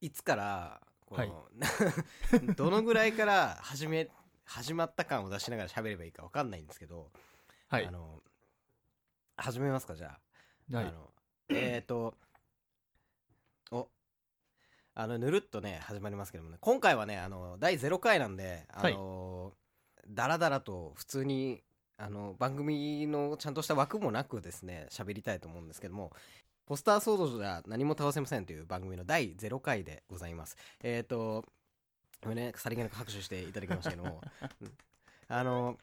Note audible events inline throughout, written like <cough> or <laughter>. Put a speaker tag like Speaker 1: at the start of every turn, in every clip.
Speaker 1: いつからこの、
Speaker 2: はい
Speaker 1: <laughs> どのぐらいから始め始まった感を出しながら喋ればいいか分かんないんですけど、
Speaker 2: はい
Speaker 1: あ。の始めますかじゃあ
Speaker 2: は
Speaker 1: あ
Speaker 2: い。
Speaker 1: のえっ、ー、とおあのぬるっとね始まりますけどもね今回はねあの第0回なんであの、だらだらと普通にあの番組のちゃんとした枠もなくですね喋りたいと思うんですけども「ポスターソードじゃ何も倒せません」という番組の第0回でございますえっ、ー、とこれねさりげなく拍手していただきましたけど
Speaker 2: <laughs>
Speaker 1: もうんあの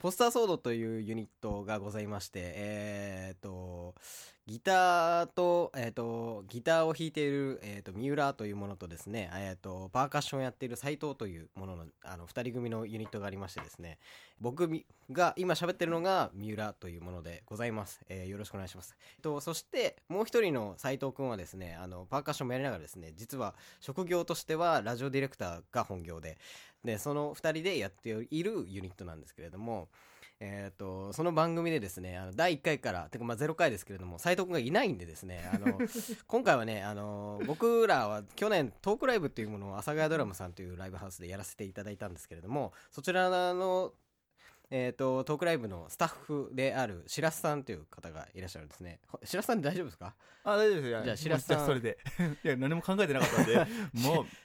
Speaker 1: ポスターソードというユニットがございまして、えー、と、ギターと、えー、と、ギターを弾いている、えー、と、三浦というものとですね、えー、と、パーカッションをやっている斎藤というものの、あの、二人組のユニットがありましてですね、僕みが、今喋ってるのが三浦というものでございます。えーよろしくお願いします。えっと、そして、もう一人の斎藤くんはですね、あの、パーカッションもやりながらですね、実は、職業としては、ラジオディレクターが本業で、でその2人でやっているユニットなんですけれども、えー、とその番組でですねあの第1回からてかまあ0回ですけれども斉藤君がいないんでですねあの今回はねあの僕らは去年トークライブっていうものを阿佐ヶ谷ドラムさんというライブハウスでやらせていただいたんですけれどもそちらの、えー、とトークライブのスタッフである白須さんという方がいらっしゃるんですねほ白須さんで大丈夫ですか
Speaker 2: あ、大丈夫です
Speaker 1: じゃあ
Speaker 2: 白
Speaker 1: 白
Speaker 2: 洲
Speaker 1: 洲さん
Speaker 2: それで。 <laughs> いや、何も考えてなかった
Speaker 1: <laughs>
Speaker 2: んで、まあ、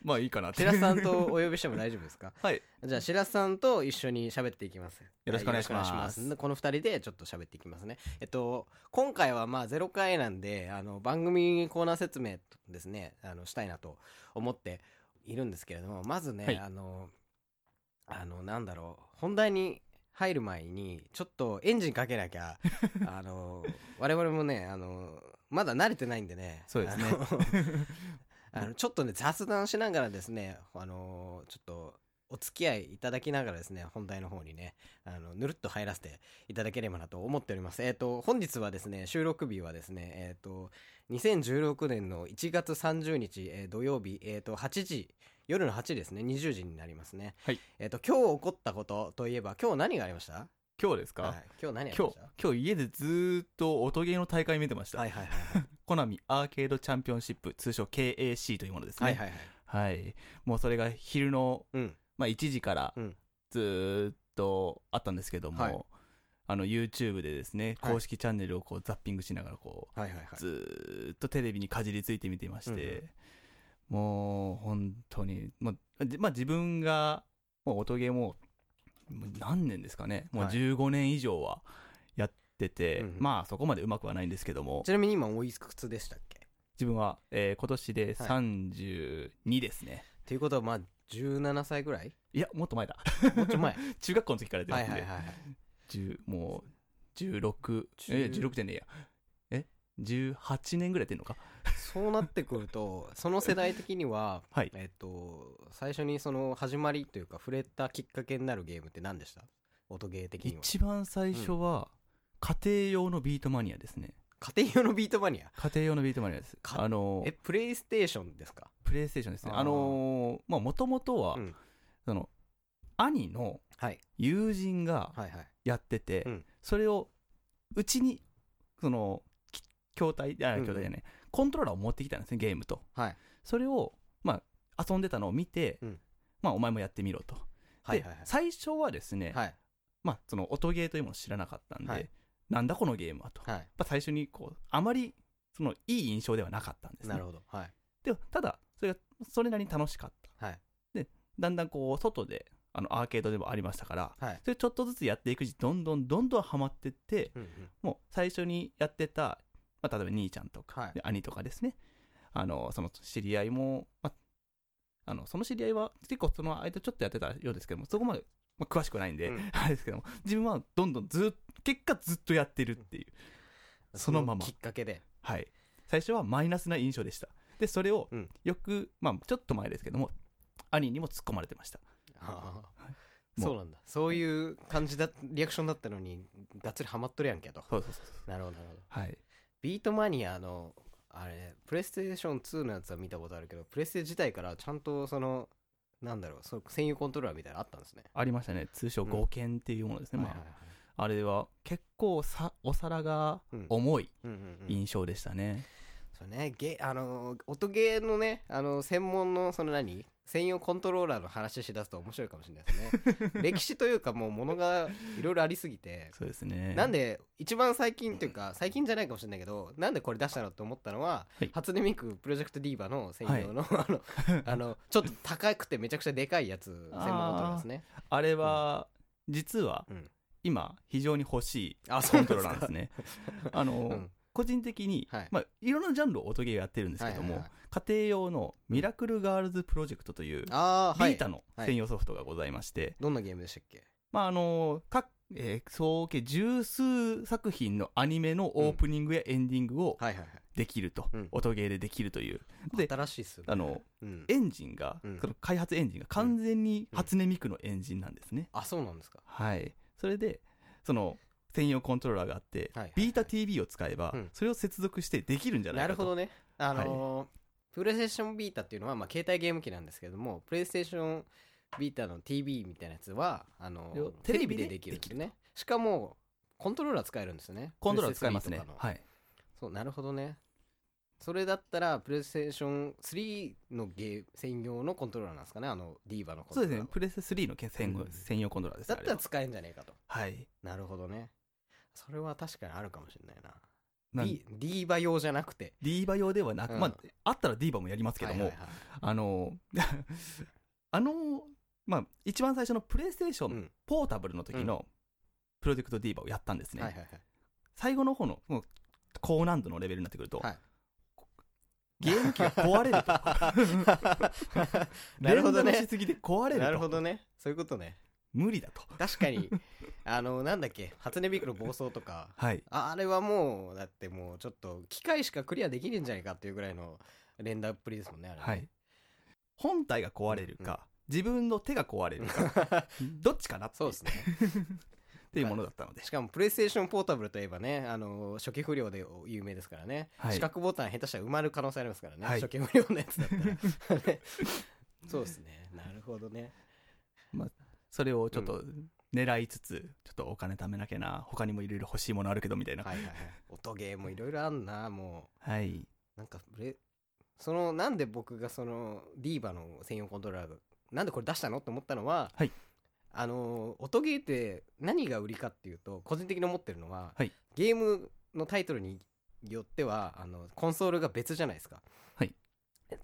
Speaker 2: まあいいかなって。
Speaker 1: 白須さんとお呼びしても大丈夫ですか
Speaker 2: <laughs> はい。
Speaker 1: じゃあ白洲さんと一緒に喋っていきます。
Speaker 2: よろしくお願いしま
Speaker 1: はよろ
Speaker 2: す
Speaker 1: くお願いしこの二人でちょっと喋っていきますね。えっと今回はまあゼロ回なんであの番組コーナー説明ですねあのしたいなと思っているんですけれどもまずね、
Speaker 2: はい
Speaker 1: あのあのなんだろう本題に入る前にちょっとエンジンかけなき
Speaker 2: <laughs>
Speaker 1: ゃあの我々もねあのまだ慣れてないんでね
Speaker 2: そうですね
Speaker 1: あのあのちょっとね雑談しながらですねあのちょっとお付き合いいただきながらですね本題の方にねあのぬるっと入らせていただければなと思っておりますえっ、と本日はですね収録日はですねえっ、と2016年の1月30日、えー土曜日、えー、と8時夜の8時ですね20時になりますね、
Speaker 2: はい
Speaker 1: えっ、と今日起こったことといえば今日何がありました
Speaker 2: 今日ですか、
Speaker 1: はい、今日何あり
Speaker 2: 今
Speaker 1: まし
Speaker 2: 日
Speaker 1: た、
Speaker 2: 今日家でずーっと音ゲーの大会見てました。
Speaker 1: はいはいはい
Speaker 2: コナミアーケードチャンピオンシップ、通称 KAC というものですね。
Speaker 1: <laughs> はいはいはい
Speaker 2: はいもうそれが昼の、
Speaker 1: うん
Speaker 2: まあ、1時から
Speaker 1: うん
Speaker 2: ずーっとあったんですけども、
Speaker 1: はい
Speaker 2: あの YouTube でですね、
Speaker 1: はい
Speaker 2: 公式チャンネルをこうザッピングしながらこ
Speaker 1: はいはいは
Speaker 2: う、
Speaker 1: い
Speaker 2: ずーっとテレビにかじりついて見ていまして、もう本当に、まあじまあ、自分がもう音ゲーももう何年ですかねもう
Speaker 1: はい
Speaker 2: 15年以上はやってて、
Speaker 1: うんうん
Speaker 2: まあそこまでうまくはないんですけども
Speaker 1: ちなみに今おいくつでしたっけ
Speaker 2: 自分は、えー今年で
Speaker 1: はい
Speaker 2: 32ですね、
Speaker 1: ということはまあ17歳ぐらい
Speaker 2: い、やもっと前だ <laughs>
Speaker 1: もうちょい前
Speaker 2: 中学校の時から出
Speaker 1: は
Speaker 2: て
Speaker 1: い
Speaker 2: るん
Speaker 1: はい
Speaker 2: で
Speaker 1: はいはい
Speaker 2: 10もう16
Speaker 1: 10
Speaker 2: え16点でいいやえ18年ぐらいやってんのか
Speaker 1: そうなってくるとその世代的には
Speaker 2: はい
Speaker 1: えっと最初にその始まりというか触れたきっかけになるゲームって何でした音ゲー的には
Speaker 2: 一番最初は家庭用のビートマニアですね
Speaker 1: 家庭用のビートマニア
Speaker 2: 家庭用のビートマニアです
Speaker 1: か
Speaker 2: あの
Speaker 1: えプレイステーションですか
Speaker 2: プレイステーションですね
Speaker 1: あー
Speaker 2: あのーまあもともとは、
Speaker 1: うん
Speaker 2: その兄の
Speaker 1: はい
Speaker 2: 友人が
Speaker 1: はいはい
Speaker 2: やってて、
Speaker 1: うん
Speaker 2: それをうちにそのき筐体あ
Speaker 1: うん
Speaker 2: 筐体じゃない、コントローラーを持ってきたんですねゲームと
Speaker 1: はい
Speaker 2: それをまあ遊んでたのを見て、
Speaker 1: うん
Speaker 2: まあお前もやってみろと
Speaker 1: はいはい
Speaker 2: で最初はですね、
Speaker 1: はい
Speaker 2: まあ、その音ゲーというものを知らなかったんで、
Speaker 1: はい
Speaker 2: なんだこのゲームはと、やっ
Speaker 1: はい
Speaker 2: ぱ最初にこうあまりそのいい印象ではなかったんですね
Speaker 1: なるほどはい
Speaker 2: でもただそれがそれなりに楽しかった
Speaker 1: はい
Speaker 2: だんだんこう外であのアーケードでもありましたから
Speaker 1: はい
Speaker 2: それちょっとずつやっていくうちどんどんどんどんハマってって
Speaker 1: うんうん
Speaker 2: もう最初にやってた、まあ、例えば兄ちゃんとか、
Speaker 1: はい
Speaker 2: で兄とかですねあのその知り合いも、まあ、あのその知り合いは結構その間ちょっとやってたようですけどもそこまで、まあ詳しくないんで、
Speaker 1: うん
Speaker 2: あれですけども自分はどんどんずっ結果ずっとやってるっていう、そのまま
Speaker 1: きっかけで
Speaker 2: はい、最初はマイナスな印象でしたでそれを
Speaker 1: うん
Speaker 2: よく、まあ、ちょっと前ですけども兄にも突っ込まれてました
Speaker 1: ああ
Speaker 2: い
Speaker 1: そうなんだそういう感じだリアクションだったのにがっつりハマっとるやんけと
Speaker 2: そうそうそうそう
Speaker 1: なるほどなるほど
Speaker 2: はい
Speaker 1: ビートマニアのあれプレイステーション2のやつは見たことあるけどプレステ自体からちゃんとそのなんだろうその専用コントローラーみたいなのあったんですね
Speaker 2: ありましたね通称
Speaker 1: うん
Speaker 2: 5剣っていうものですね、
Speaker 1: はい
Speaker 2: ま
Speaker 1: はいはい
Speaker 2: あ、あれは結構さお皿が
Speaker 1: うん
Speaker 2: 重い
Speaker 1: うんうんうん
Speaker 2: 印象でしたね、
Speaker 1: そうねゲあのー音ゲーのねあのー専門のその何専用コントローラーの話しだすと面白いかもしれないです <laughs> ね歴史というかもうものがいろいろありすぎて
Speaker 2: そうですね
Speaker 1: なんで一番最近というか最近じゃないかもしれないけどなんでこれ出したのって思ったのは、
Speaker 2: はい
Speaker 1: 初音ミクプロジェクトディーバの専用の、あのあのちょっと高くてめちゃくちゃでかいやつ
Speaker 2: <laughs>
Speaker 1: 専門のトローラーですね
Speaker 2: あれは、実は、
Speaker 1: うん
Speaker 2: 今非常に欲しい
Speaker 1: あ
Speaker 2: コントローラーなんですねあの、
Speaker 1: うん
Speaker 2: 個人的に、
Speaker 1: はい
Speaker 2: まあ、いろんなジャンルを音ゲーやってるんですけども、
Speaker 1: はいはいはい
Speaker 2: 家庭用のミラクルガールズプロジェクトというビ
Speaker 1: ああはい
Speaker 2: ータの専用ソフトがございまして、
Speaker 1: どんなゲームでしたっけ
Speaker 2: まああの各えー総計十数作品のアニメのオープニングやエンディングを
Speaker 1: はいはい
Speaker 2: できると、
Speaker 1: うん
Speaker 2: 音ゲーでできるという
Speaker 1: は
Speaker 2: で
Speaker 1: い新しいっすよね
Speaker 2: あの
Speaker 1: うん
Speaker 2: エンジンが、
Speaker 1: うん
Speaker 2: その開発エンジンが完全に初音ミクのエンジンなんですね、
Speaker 1: あそうなんですか
Speaker 2: はいそれでその専用コントローラーがあって、
Speaker 1: はいはいはい
Speaker 2: ビータ TV を使えば、
Speaker 1: うん
Speaker 2: それを接続してできるんじゃない
Speaker 1: な
Speaker 2: か
Speaker 1: る
Speaker 2: と
Speaker 1: ほどねあのープレイステーションビータっていうのは、まあ、携帯ゲーム機なんですけどもプレイステーションビータの TV みたいなやつはあのー
Speaker 2: よ
Speaker 1: テレビ
Speaker 2: テレビで
Speaker 1: でできるんですねしかもコントローラー使えるんですよね
Speaker 2: コントローラー使います
Speaker 1: プ
Speaker 2: ね
Speaker 1: レイステーションビータとかの
Speaker 2: はい
Speaker 1: そうなるほどねそれだったらプレイステーション3のゲー専用のコントローラーなんですかねあの DIVA のコント
Speaker 2: そう
Speaker 1: ローラー
Speaker 2: ですね
Speaker 1: は
Speaker 2: プレステ3の専用,、
Speaker 1: うん
Speaker 2: 専用コントローラーです
Speaker 1: だったら
Speaker 2: あれは
Speaker 1: 使えんじゃねえかと
Speaker 2: はい
Speaker 1: なるほどねそれは確かにあるかもしれないな
Speaker 2: なん
Speaker 1: D- DIVA 用じゃなくて
Speaker 2: ディーバ用ではなく、
Speaker 1: うん
Speaker 2: まああったらディーバもやりますけども、
Speaker 1: はいはいはい
Speaker 2: あの <laughs> あのまあ一番最初のプレイステーシ
Speaker 1: う
Speaker 2: ョン
Speaker 1: ん
Speaker 2: ポータブルの時の、プロジェクトディーバをやったんですね、
Speaker 1: はいはいはい
Speaker 2: 最後の方のもう高難度のレベルになってくると、
Speaker 1: はい
Speaker 2: ゲーム機が壊れると
Speaker 1: <laughs> なるほど
Speaker 2: 連打のし
Speaker 1: ね。
Speaker 2: すぎで壊れると
Speaker 1: なるほどね。そういうことね。
Speaker 2: 無理だと
Speaker 1: 確かに、あの、なんだっけ、初音ミクの暴走とか、
Speaker 2: はい
Speaker 1: ああれはもう、だってもう、ちょっと、機械しかクリアできねえんじゃないかっていうぐらいの連打っぷりですもんね、あれ。
Speaker 2: はい本体が壊れるか、自分の手が壊れるかどっちかなっ
Speaker 1: <laughs>
Speaker 2: て
Speaker 1: そうですね。
Speaker 2: っていうものだったので
Speaker 1: しかも、プレイステーションポータブルといえばね、あの、初期不良で有名ですからね。
Speaker 2: はい
Speaker 1: 四角ボタン下手したら埋まる可能性ありますからね。
Speaker 2: はい
Speaker 1: 初期不良のやつだった <laughs> ら。ねそうですね。なるほどね。
Speaker 2: それをちょっと狙いつつ、ちょっとお金貯めなきゃな他にもいろいろ欲しいものあるけどみたいな
Speaker 1: はいはいはい。音ゲーもいろいろあんな、もう。
Speaker 2: はい
Speaker 1: なんかブレそのなんで僕がそのディーバの専用コントローラーなんでこれ出したのって思ったのは、
Speaker 2: はい
Speaker 1: あのー音ゲーって何が売りかっていうと個人的に思ってるのは、
Speaker 2: はい
Speaker 1: ゲームのタイトルによってはあのコンソールが別じゃないですか、
Speaker 2: はい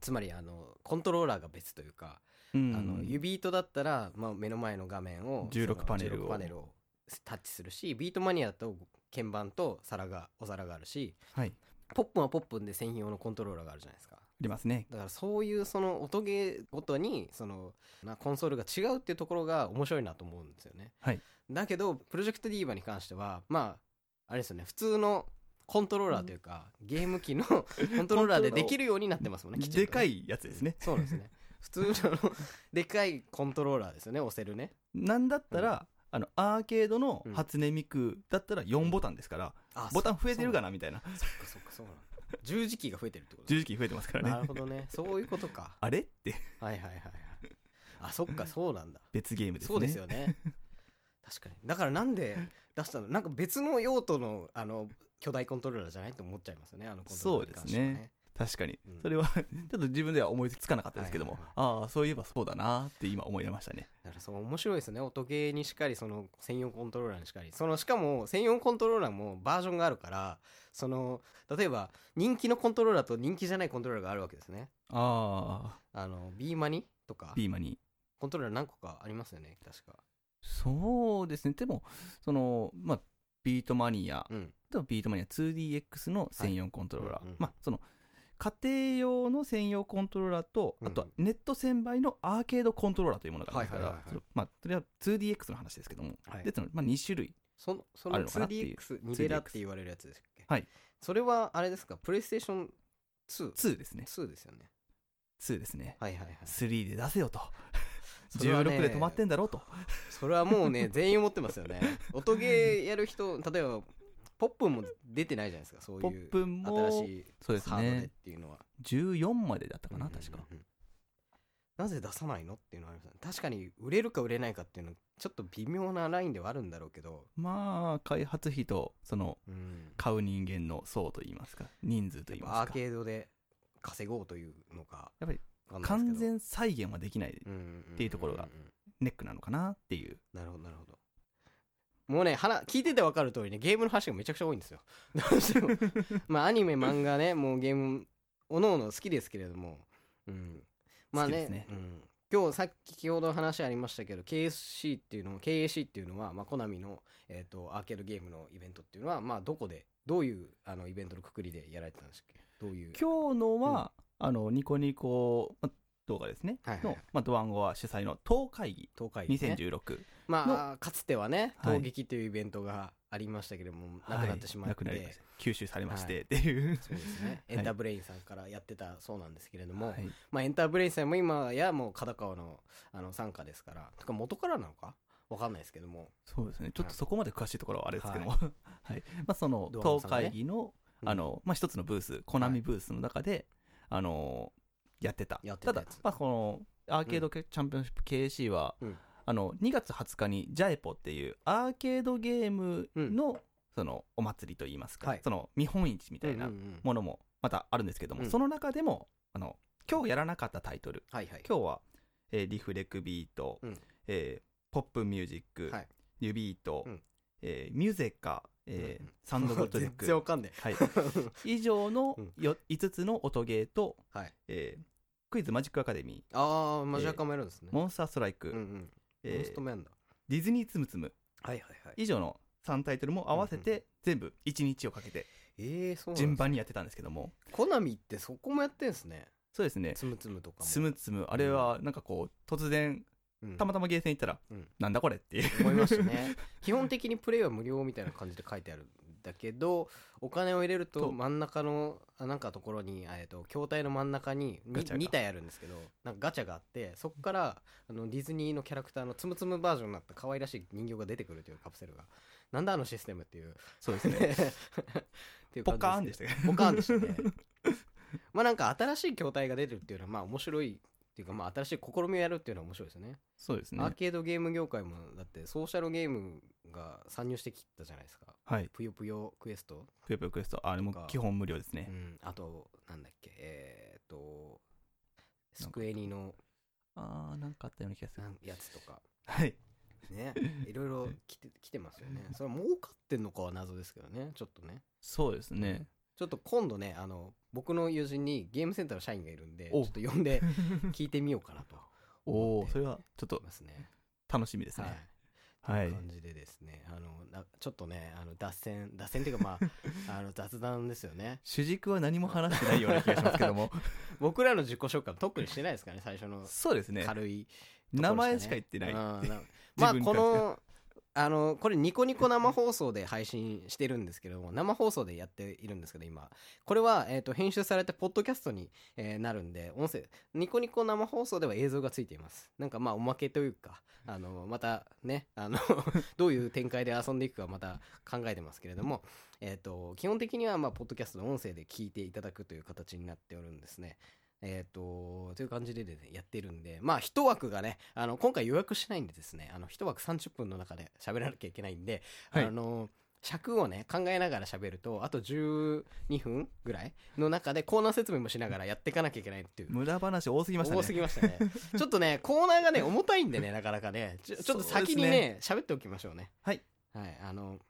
Speaker 1: つまりあのコントローラーが別というか、
Speaker 2: うん
Speaker 1: あの指糸だったら、まあ、目の前の画面を
Speaker 2: 16
Speaker 1: その
Speaker 2: パネルを
Speaker 1: 16パネルをタッチするしビートマニアだと鍵盤と皿がお皿があるし、
Speaker 2: はいあ
Speaker 1: ポップンはポップンで専用のコントローラーがあるじゃないですか。
Speaker 2: りますね
Speaker 1: だからそういうその音ゲーごとにそのなコンソールが違うっていうところが面白いなと思うんですよね。
Speaker 2: はい
Speaker 1: だけどプロジェクトディーバに関してはまああれですよね普通のコントローラーというか、ゲーム機
Speaker 2: <laughs>
Speaker 1: のコントローラーでできるようになってますもんね。きちんとね
Speaker 2: でかいやつですね
Speaker 1: そうなんですね。普通のでかいコントローラーですよね押せるね。
Speaker 2: <laughs> なんだったら、あのアーケードの
Speaker 1: うん
Speaker 2: 初音ミクだったら4ボタンですから、
Speaker 1: あ
Speaker 2: ボタン増えてるか
Speaker 1: な。
Speaker 2: なみたいな
Speaker 1: そっかそっかそうなんだ。十字キーが増えてるってこと
Speaker 2: 十字キー増えてますから
Speaker 1: な
Speaker 2: ね
Speaker 1: るほどね。そういうことか。
Speaker 2: あれって
Speaker 1: はいはいはいはい。あそっかそう
Speaker 2: <laughs>
Speaker 1: なんだ。
Speaker 2: 別ゲームですね
Speaker 1: そうですよね。確かに。だからなんで出したのなんか別の用途の、あの、巨大コントローラーじゃないと思っちゃいますよね、あのコントローラーに関しては
Speaker 2: そうですね。確かに、
Speaker 1: うん
Speaker 2: それはちょっと自分では思いつかなかったですけども、
Speaker 1: はいはい
Speaker 2: ああそういえばそうだなって今思いましたね
Speaker 1: だからそう面白いですよね。音ゲーにしっかり、その専用コントローラーにしっかり。その、しかも専用コントローラーもバージョンがあるから、その、例えば人気のコントローラーと人気じゃないコントローラーがあるわけですね。
Speaker 2: あ
Speaker 1: あの、ビーマニと
Speaker 2: あ
Speaker 1: か、
Speaker 2: ビーマニ
Speaker 1: コントローラー何個かありますよね、確か。
Speaker 2: そうですねでもそのまあビートマニア
Speaker 1: うん。
Speaker 2: とビートマニア 2DX の専用コントローラー、
Speaker 1: はいうんうん
Speaker 2: まあその家庭用の専用コントローラーと、
Speaker 1: うん
Speaker 2: あとはネット専売のアーケードコントローラーというものがありますから、
Speaker 1: はいはいはいはい
Speaker 2: そのまあ、それは 2DX の話ですけども、
Speaker 1: はい
Speaker 2: でその、まあ、2種類
Speaker 1: そのその
Speaker 2: あるのかなっていう
Speaker 1: 2DX、ニベラって言われるやつですっけ
Speaker 2: はい。
Speaker 1: それは、あれですか、プレイステーション 2?
Speaker 2: 2ですね
Speaker 1: 2ですよね。
Speaker 2: 2ですね
Speaker 1: はいはいはい。
Speaker 2: 3で出せよと、
Speaker 1: それはね
Speaker 2: 16で止まってんだろうと
Speaker 1: それはもうね、全員思ってますよ
Speaker 2: <laughs>
Speaker 1: ね。音ゲーやる人、例えば、ポップンも出てないじゃないですか、そう
Speaker 2: ポ
Speaker 1: い
Speaker 2: ッ
Speaker 1: う。
Speaker 2: プンも
Speaker 1: 新しい
Speaker 2: そうですね
Speaker 1: ハードでっていうのは。
Speaker 2: 14までだったかな
Speaker 1: うんうんうん
Speaker 2: 確か、。
Speaker 1: なぜ出さないのっていうのはありますね確かに売れるか売れないかっていうのはちょっと微妙なラインではあるんだろうけど、
Speaker 2: まあ、開発費と、その、
Speaker 1: うん、
Speaker 2: 買う人間の層といいますか、人数といい
Speaker 1: アー
Speaker 2: ますか。や
Speaker 1: ケードで稼ごうというのか
Speaker 2: っぱり
Speaker 1: わかんないで
Speaker 2: 完
Speaker 1: すけど
Speaker 2: 全再現はできない
Speaker 1: うんうんうんうん
Speaker 2: っていうところがネックなのかなっていう。
Speaker 1: なるほどなるほどもうね話聞いてて分かる通りねゲームの話がめちゃくちゃ多いんですよ <laughs> どうしてもまあアニメ漫画ねもうゲームおのおの好きですけれども、うん、まあ
Speaker 2: 好き
Speaker 1: ね
Speaker 2: ですね
Speaker 1: うん、今日さっき先ほど話ありましたけど KSC っていうの KAC っていうのは、まあ、コナミの、えー、とアーケードゲームのイベントっていうのは、まあ、どこでどういうあのイベントのくくりでやられてたんですっけどういう
Speaker 2: 今日のは、あの、ニコニコ、まあ動画ですね。
Speaker 1: はいはいはい
Speaker 2: の、まあ、ドワンゴは主催の党会議
Speaker 1: 東海、ね、
Speaker 2: 2016。
Speaker 1: まあかつてはね
Speaker 2: はい
Speaker 1: 陶撃というイベントがありましたけれども、なくなってしま
Speaker 2: は
Speaker 1: っ
Speaker 2: い
Speaker 1: て、
Speaker 2: なくなりました吸収されまして、っていう。
Speaker 1: そうです
Speaker 2: <laughs>
Speaker 1: ね。エンターブレインさんからやってたそうなんですけれども、
Speaker 2: はい
Speaker 1: まあエンターブレインさんも今やもう片川のあの参加ですから、とか元からなのかわかんないですけども、
Speaker 2: そうですね。ちょっとそこまで詳しいところはあれですけども。
Speaker 1: は
Speaker 2: <laughs> はい。まあ、その、
Speaker 1: ドアン
Speaker 2: 党
Speaker 1: さんがね
Speaker 2: 会議の、あの、まあ、一つのブース、コナミブースの中で、あの、やってた。
Speaker 1: やってたや
Speaker 2: だ
Speaker 1: つ、
Speaker 2: まあ、この、アーケードチャンピオンシップ KC は、
Speaker 1: うん
Speaker 2: あの、2月20日に、ジャエポっていうアーケードゲームの、その、お祭りといいますか、
Speaker 1: はい
Speaker 2: その、見本市みたいな
Speaker 1: うんうんうん
Speaker 2: ものも、またあるんですけども、
Speaker 1: うん
Speaker 2: その中でも、あの、今日やらなかったタイトル、
Speaker 1: はいはい。
Speaker 2: 今日は、えーリフレクビート、
Speaker 1: うん
Speaker 2: えーポップミュージック、
Speaker 1: はい
Speaker 2: ユビート、
Speaker 1: うん
Speaker 2: えーミュゼカ、えー
Speaker 1: うんうん
Speaker 2: サンドゴトリ
Speaker 1: <laughs>
Speaker 2: ッ
Speaker 1: 全
Speaker 2: ク、
Speaker 1: 然わかんね
Speaker 2: はい、
Speaker 1: え。
Speaker 2: 以上の
Speaker 1: うん
Speaker 2: よ5つの音ゲーと、
Speaker 1: はい。
Speaker 2: えークイズマジックアカデミ
Speaker 1: ああ、マジアカもやるんですね
Speaker 2: ー、。モンスターストライク、
Speaker 1: うんうん。
Speaker 2: えー
Speaker 1: モンストもやんだ。
Speaker 2: ディズニーつむつむ、
Speaker 1: はいはいはい。
Speaker 2: 以上の3タイトルも合わせ
Speaker 1: うんう
Speaker 2: て、全部1日をかけて
Speaker 1: ええそうなんですね
Speaker 2: 順番にやってたんですけども、
Speaker 1: コナミってそこもやってんですね。
Speaker 2: そうですね、
Speaker 1: つむつむとかも。
Speaker 2: つむつむ、あれはなんかこう、突然、
Speaker 1: うん
Speaker 2: たまたまゲーセン行ったら、
Speaker 1: うん
Speaker 2: なんだこれっていう。
Speaker 1: 思いましたね基本的にプレイは無料みたいな感じで書いてあるんだけどお金を入れると
Speaker 2: と
Speaker 1: 真ん中のあなんかところに、えー、と筐体の真ん中にに
Speaker 2: ガチャが
Speaker 1: 2体あるんですけどなんかガチャがあってそこからあのディズニーのキャラクターのつむつむバージョンになった可愛らしい人形が出てくるというカプセルがなんだあのシステムっていう
Speaker 2: そうですね
Speaker 1: <laughs> っていう感じ
Speaker 2: <laughs> ポカーンでした
Speaker 1: け
Speaker 2: けど
Speaker 1: どポカーンでしたねまあなんか新しい筐体が出るっていうのはまあ面白いっていうかまあ新しい試みをやるっていうのは面白いですよね
Speaker 2: <laughs> そうですね
Speaker 1: アー。ケードゲーム業界もだってソーシャルゲームが参入してきたじゃないですか
Speaker 2: はい。
Speaker 1: ぷよぷよクエスト、
Speaker 2: ぷよぷよクエスト。あれも基本無料です
Speaker 1: う
Speaker 2: ね。
Speaker 1: ん、あとなんだっけえー、っとスクエニの
Speaker 2: ああ、なんかあったような気がす
Speaker 1: な
Speaker 2: る。
Speaker 1: んやつとか
Speaker 2: はい。 <laughs>
Speaker 1: ねいろいろ来て来てますよねそれ儲かってんのかは謎ですけどねちょっとね
Speaker 2: そうですね。
Speaker 1: ちょっと今度ねあの僕の友人にゲームセンターの社員がいるんでちょ
Speaker 2: お
Speaker 1: っと呼んで聞いてみようかなと
Speaker 2: <laughs> お
Speaker 1: 思っ
Speaker 2: お、
Speaker 1: て
Speaker 2: それはちょっ
Speaker 1: 思
Speaker 2: と
Speaker 1: います
Speaker 2: <laughs>
Speaker 1: ね
Speaker 2: 楽しみです
Speaker 1: はい
Speaker 2: ね。はい。
Speaker 1: 感じでですね、あのなちょっとねあの脱線脱線っていうかま
Speaker 2: <laughs>
Speaker 1: ああの雑談ですよね
Speaker 2: 主軸は何も話してないような気がしますけども。
Speaker 1: 僕らの自己紹介も特にしてないですからね最初の
Speaker 2: <laughs> そうですね。
Speaker 1: 軽いところね、
Speaker 2: 名前しか言ってない。
Speaker 1: うん
Speaker 2: は
Speaker 1: なまあ
Speaker 2: <laughs> 自分に関して
Speaker 1: このあのこれニコニコ生放送で配信してるんですけども生放送でやっているんですけど今これは、えー、と編集されてポッドキャストに、えーなるんで音声ニコニコ生放送では映像がついていますなんかまあおまけというかあのまたねあの <laughs> どういう展開で遊んでいくかまた考えてますけれども、えー、と基本的にはまあポッドキャストの音声で聞いていただくという形になっておるんですねえっ、と、という感じで、ね、やってるんで、まあ、一枠がね、あの、今回予約しないんでですね、あの、一枠30分の中で喋らなきゃいけないんで、
Speaker 2: はい
Speaker 1: あの、尺をね、考えながら喋ると、あと12分ぐらいの中でコーナー説明もしながらやっていかなきゃいけないっていう。
Speaker 2: 無駄話多すぎましたね。
Speaker 1: 多すぎましたね。ちょっとね、コーナーがね、重たいんでね、なかなかね、ちょちょっと先にね、喋、っておきましょうね。
Speaker 2: はい。
Speaker 1: はい、あの、